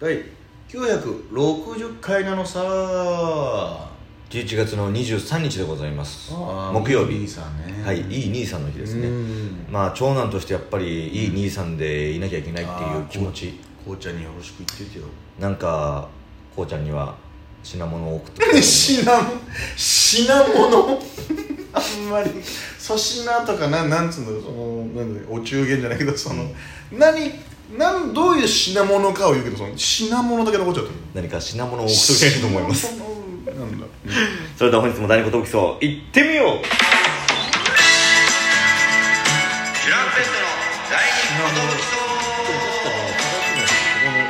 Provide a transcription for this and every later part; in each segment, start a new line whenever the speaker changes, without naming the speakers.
第960回なのさあ
11月の23日でございます
ー
木曜
いい
日
さんね
はいいい兄さんの日です
う
ね
ん
まあ長男としてやっぱりいい兄さんでいなきゃいけないっていう気持ち
こうちゃんによろしく言っててよ
なんかこうちゃんには品物を送 ってくれる
品物品物あんまり粗品とかなんなんつうのそのなんだろうお中元じゃないけどその、何なんどういう品物かを言うけどその品物だけ残っちゃってる
何か品物を送ってくれると思い ます
品物なんだ
それでは本日も第二言武器そう行ってみよう
チュランペットの第二の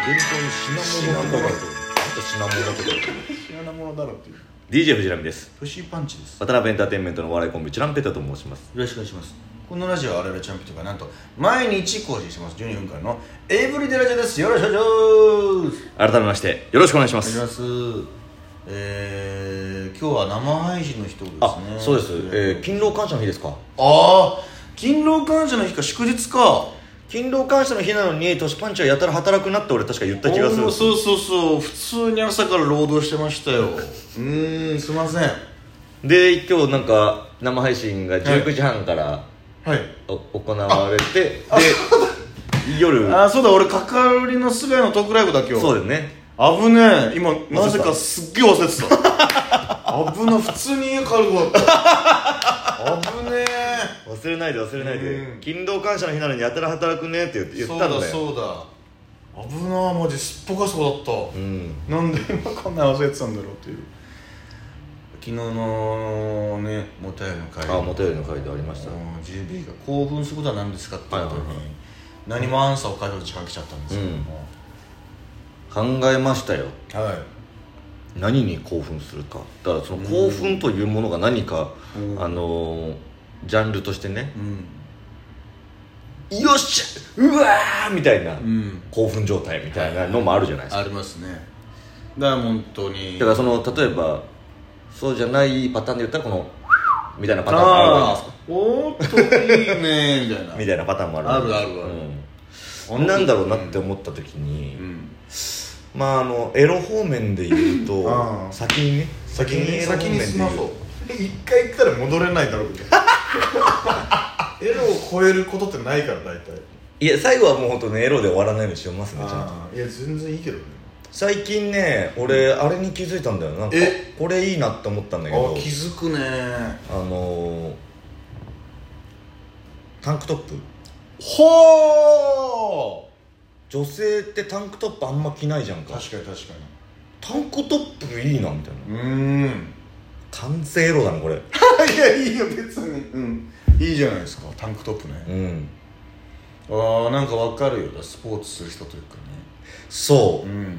この伝統に品物とか品物とか
品物だろっていう
DJ 藤波です
プシーパンチです
渡辺エンターテインメントのお笑いコンビチュランペッタと申します
よろしくお願いしますこのラジオは我々チャンピオンがなんと毎日更新してます12分間のエイブリデラジオですよろしくお願いします
改めましてよろしくお願いしま
あり
す
ます。えー、今日は生配信の日ということ
あ
ですね。
そうです、えー、勤労感謝の日ですか
ああ、勤労感謝の日か祝日か。
勤労感謝の日なのに年パンチはやたら働くなって俺確か言った気がす
俺
る
もそうそうそう、普通に朝から労働してましたよ。うーん、すいません。はい。
で今日なんか生配信が19時半からお行われて、で夜
あー、そうだ、俺かかりの菅谷のトークライブだ今日。
そうですね
危ねえ今
ま
な
さ
ぜ
か
かすっげえ忘れ てた危な普通に家帰る子だった危ね
忘れないで忘れないで、
うん
勤労感謝の日なのにやたら働くねって言って
え
言ったんだ
そう
よ
だそうだ危なあマジすっぽかそうだった、
うん
なんで今こんな忘れてたんだろうっていう昨日のねもたよりの会
あ元よりの回でありました、
GB が興奮することは何ですかって言った時に、
はいはいはい
何もアンサーを書いて仕掛けちゃったんですけども、
考えましたよ
はい
何に興奮するかだからその興奮というものが何か、あのージャンルとしてね
う、ん
よっしゃうわーみたいな、
うん
興奮状態みたいなのもあるじゃないですか、
ありますねだから本当に
だからその例えばそうじゃないパターンで言ったらこのみたいなパターンもあるじゃないです
あ
か
ーおーっといいねみたいな
みたいなパターンもあるわけです
あるあるある
うんなんだろうなって思った時に、まああのエロ方面で言うと
あー
先にね
先に
エロ方
先
面
に
で
ス
言
マ
う
ホえ一回行ったら戻れないだろうみたいなエロを超えることってないから大体
いや最後はもう本当ねエロで終わらないようにしますねちゃんと
あーいや全然いいけどね
最近ね俺あれに気づいたんだよなんか
え
これいいなって思ったんだけ
あ
ど
気づくね
あのータンクトップ
ほ
女性ってタンクトップあんま着ないじゃん
ー
か
確かに確か
タンクトップいいなみたいな
にうーん
完成エロだなこれ
いやいいよ別にうんいいじゃないですかタンクトップ
う
ね
ん
ああなんかわかるよスポーツする人というかね
そううん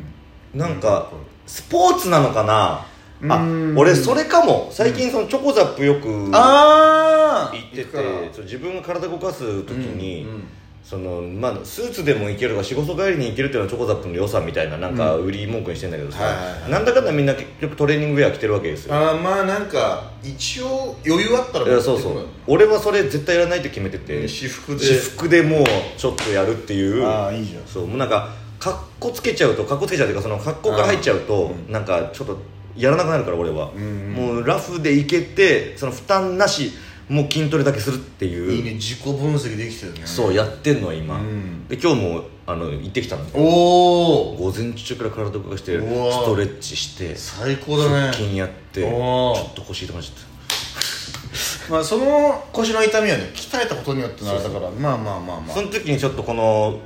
なんかスポーツなのかなあ
うん
俺それかも最近そのチョコザップよく行
ああ
っててそう自分が体動かす時に、
うんうん
そのまあ、スーツでもいけるが仕事帰りに行けるっていうのはチョコザップの良さみたいななんか売り文句にしてんだけどさ、
はいはいはい
なんだかんだみんな結局トレーニングウェア着てるわけですよ
あーまあなんか一応余裕あったら
いやそうそう俺はそれ絶対やらないって決めてて
私服で
私服でもうちょっとやるっていう
ああいいじゃん
そうもうなんか格好つけちゃうと格好つけちゃうっていうかその格好から入っちゃうとなんかちょっとやらなくなるから俺は、
んうん
もうラフでいけてその負担なしもう筋トレだけするっていう
いいね自己分析できてるね
そうやってんの今、
うん
で今日もあの行ってきたの
おお
午前中から体動かして
う
ス
わ
トレッチして
最高だ
腹
ね
筋やってち
お
ょ
ー
っと腰痛くなっちゃった
まあその腰の痛みはね鍛えたことによってなれたからまあまあまあまあ
その時にちょっとこの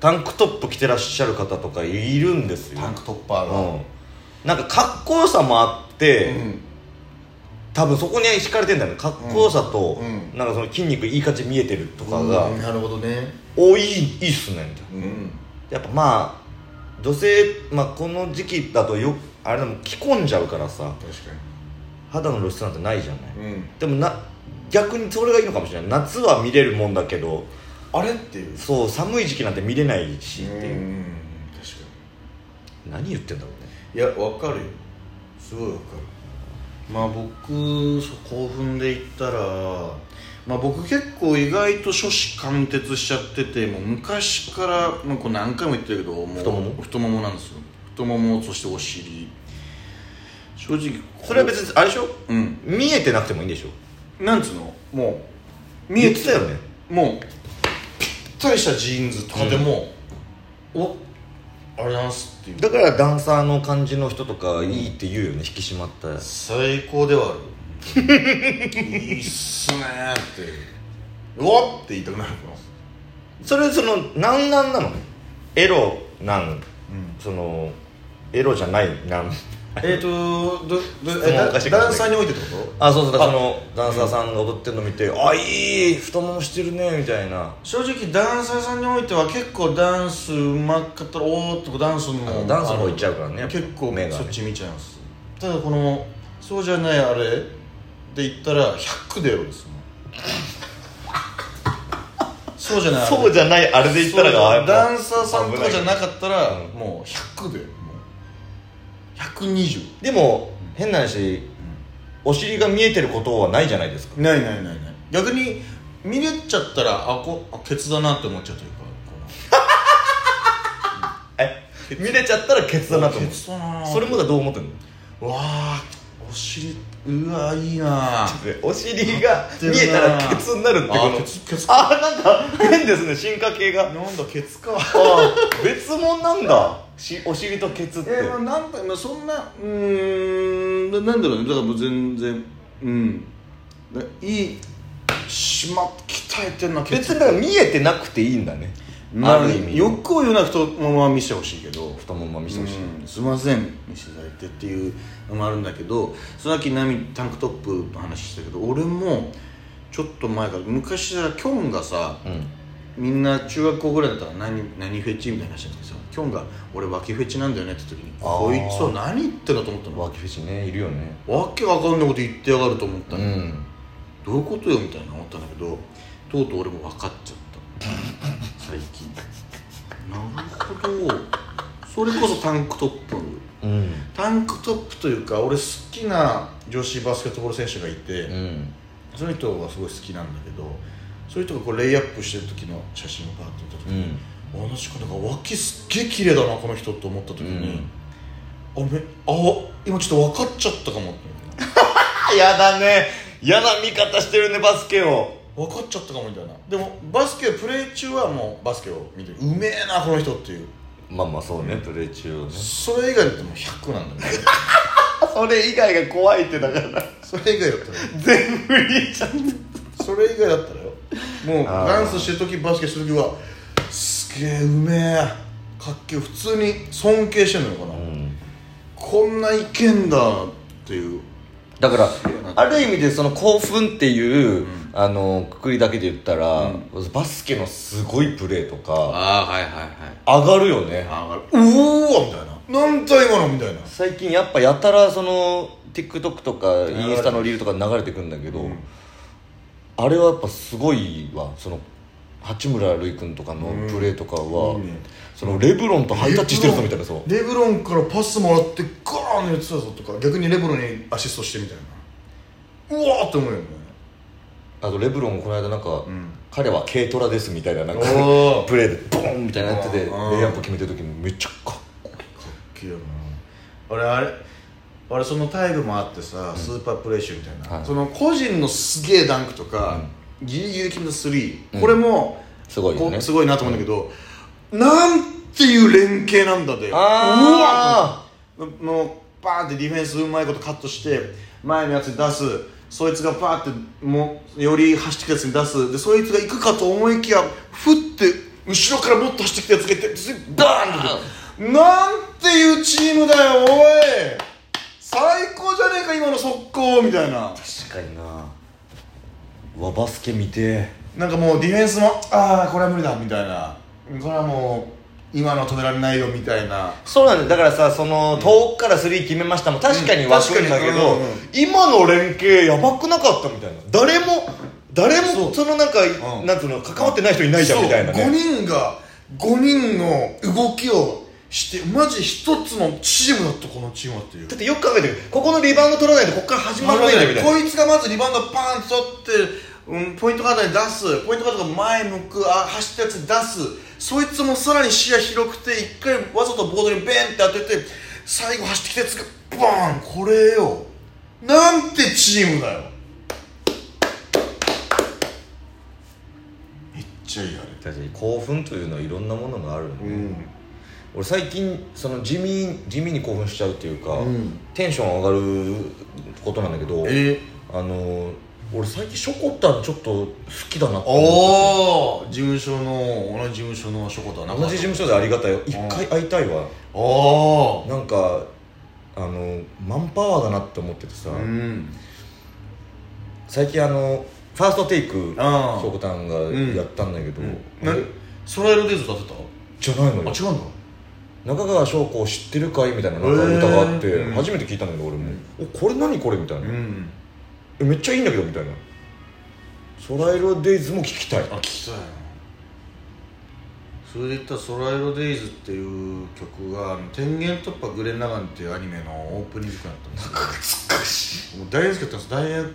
タンクトップ着てらっしゃる方とかいるんですよ
タンクトッパーが
うんなんかかっこよさもあって、
うん
多分そこに惹かれてんだよねかっこよさと、
うん
なんかその筋肉いい感じに見えてるとかが、
うんなるほどね
おいいいいっすねみたいな
うん
やっぱまあ女性、まあ、この時期だとよあれでも着込んじゃうからさ
確か
肌の露出なんてないじゃない、
にうん
でもな逆にそれがいいのかもしれない夏は見れるもんだけど
あれっていう
そう寒い時期なんて見れないしっていう、
ん確かに
何言ってんだろう
い
ね
やわかるよすごいわかるまあ僕そう興奮で言ったら、まあ、僕結構意外と初子貫徹しちゃっててもう昔から、まあ、こう何回も言ってるけどもう
太もも
太ももなんですよ太ももそしてお尻正直
それは別にあれでしょ
うん
見えてなくてもいいんでしょ
なんつうのもう見
見
え
え
て
て
た
た
よ
よね
もうぴったりしたジーンズとかでも、おあれなんすっていう
だからダンサーの感じの人とかいいって言うよね引き締まった
最高ではあるいいっすねーっておっって言いたくなるの
それそのなんなんなのエロなんそのエロじゃないなん
えっ、ー、とどど
質問おかしいかもね
ダンサーにおいてってこと
あそうそうだからそのダンサーさんが踊ってるの見て「あいい太ももしてるね」みたいな
正直ダンサーさんにおいては結構ダンスうまかったらおーっとこうダンス
あ
の
のダンスの方行っちゃうからねやっぱ
結構
目が
そ
ね
っち見ちゃいますただこのそうじゃないあれで言ったら100でよですね そうじゃないあれ
そうじゃないあれで言ったら
そう
が
ダンサーさんとかじゃな
く
かったら
うん
もう100でもう120
でも変な話お尻が見えてることはないじゃないですか
ないないないない逆に見れちゃったらあこあケツだなって思っちゃうというか
え見れちゃったらケツだなと
こう
思
ケツだな
うそれもだどう思ってんの
わあお尻うわいいな
でお尻が見えたらケツになるってこ
あ
の
ケツケツか
あーなんか変ですね進化系が
なんだケツか
あー別物なんだしお尻とケツって、
えー、まあなんだまあそんなうーんななんだろうねだからもう全然うんだいいしま鍛えてんなケ
別
ツ
にだから見えてなくていいんだね、
ま
あ
あ
る意味
欲を言うな太ももは見せてほしいけど
太ももは見せてほしい、
うんすいません見せていただいてっていうのもあるんだけどその時波タンクトップの話したけど俺もちょっと前から昔はキョンがさ
うん
みんな中学校ぐらいだったら何何フェチみたいな話してたんですけどさキョンが「俺脇フェチなんだよね」って時に「
あー
こいつは何言ってんだ」と思ったの
ワーキフェチねいるよね
わけわかんないこと言ってやがると思った
う
の、
ん
どういうことよみたいな思ったんだけどとうとう俺も分かっちゃった最近なるほどそれこそタンクトップ
うん
タンクトップというか俺好きな女子バスケットボール選手がいて、
うん
その人がすごい好きなんだけどそういう人がこうレイアップしてる時の写真をパーッと見た時
う
に、
ん
同じくなんか脇すっげえ綺麗だなこの人と思った時に、あめあ今ちょっと分かっちゃったかもって
あやだね嫌な見方してるねバスケを
分かっちゃったかもみたいなでもバスケプレー中はもうバスケを見てうめえなこの人っていう
まあまあそうねプレー中をね
それ以外だともう100なんだよね
それ以外が怖いってだから
それ以外だったら
全振りちゃって
それ以外だったらよもう
あー
ダンスしてる時バスケしてる時はすげえうめえかっけえ普通に尊敬してんのかな、
うん
こんないけんだっていう
だから
な
ある意味でその興奮っていう、あのくくりだけで言ったら、バスケのすごいプレーとか
ああはいはいはい
上がるよね
あがるうおーみたいななんだ今のみたいな
最近やっぱやたらその TikTok とかインスタのリールとかで流れてくんだけど、
うん
あれはやっぱすごいわその八村塁君とかのプレーとかは、
いいね
そのレブロンとハイタッチしてるぞみたいなそう
レブロンからパスもらってガーンやってたぞとか逆にレブロンにアシストしてみたいなうわーって思うよね
あとレブロンもこの間なんか、
ん
彼は軽トラですみたいななんか
おー
プレーでボーンみたいなやっててレイ
うん
アップ決めてる時めっちゃかっこいい
かっけえよな俺あれ俺そのタイルもあってさ、スーパープレー集みたいな、
はい
その個人のすげえダンクとか、ギリギリ決めたスリー、
うん
これも
すごいよね
こうすごいなと思うんだけど、なんていう連携なんだで
あ
うわっもうバーンってディフェンスうまいことカットして前のやつに出すそいつがバーンってもうより走ってきたやつに出すでそいつが行くかと思いきやふって後ろからもっと走ってきたやつがいてついバーンってなんていうチームだよおい最高じゃねえか今の速攻みたいな
確かになうわバスケ見て
なんかもうディフェンスもああこれは無理だみたいなこれはもう今の止められないよみたいな
そうなんだよだからさその遠くからスリー決めましたもん確かに湧くんだ
う
けど、
ん確かにうんうんうん
今の連携やばくなかったみたいな誰も誰もそのなんか、
うん
なんつうの関わってない人いないじゃんみたいな
そう
ね
5人が5人の動きをしてマジ一つのチームだったこのチームはっていう
だってよく考えてみてここのリバウンド取らないとここから始まらないんだみたいな
こいつがまずリバウンドパーン取って、うん、ポイントガードに出すポイントガードが前向くあ走ったやつに出すそいつもさらに視野広くて一回わざとボードにベンって当てて最後走ってきたやつがボーンこれよなんてチームだよめっちゃいいあれ
確かに興奮というのはいろんなものがある、
うん
俺最近その地味地味に興奮しちゃうっていうか、
うん
テンション上がることなんだけど
え
あの俺最近ショコタンちょっと好きだなって思って
おお事務所の同じ事務所のショコタ
同じ事務所でありがたいよ一回会いたいわ
おお
なんかあのマンパワーだなって思っててさ、
うん
最近あのファーストテイク
あ
ショコタンがやったんだけど、
な
あれ
ソライロデイズ歌ってた
じゃないのよ
あ違うんだ
中川翔子を知ってるかいみたいななんか歌があって、
へーうん
初めて聞いたんだけど俺も、おこれ何これみたいな、
ん
えめっちゃいいんだけどみたいな「ソライロデイズ」も聞きたい
あ聞きたいなそれで言ったら「ソライロデイズ」っていう曲があの「天元突破グレン・ラガン」っていうアニメのオープニング曲だったんです
懐かし
よもう大好きだったんです大学い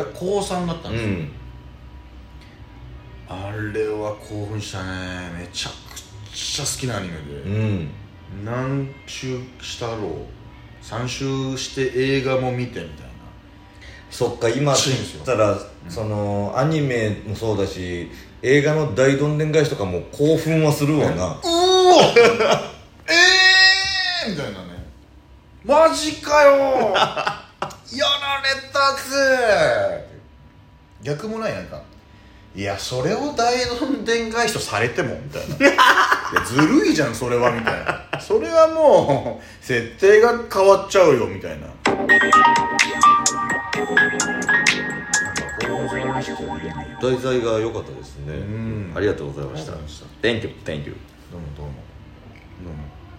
や高3だったん
う
ですよ、
ん
あれは興奮したねめちゃくちゃ好きなアニメで、
うん
何周したろう3周して映画も見てみたいな
そっか今
そうですよ
ったら、そのアニメもそうだし映画の大どんでん返しとかも興奮はするわ な、
うおえーみたいなねマジかよ やられたぜ逆もないなんかいやそれを大どんでん返しとされてもみた いないやずるいじゃんそれはみたいなそれはもう設定が変わっちゃうよみたいななんか興奮してるよね
題材が良かったですね、
ん
ありがとうございました
ありがとうございま
Thank you, thank you
どうもどうもどうも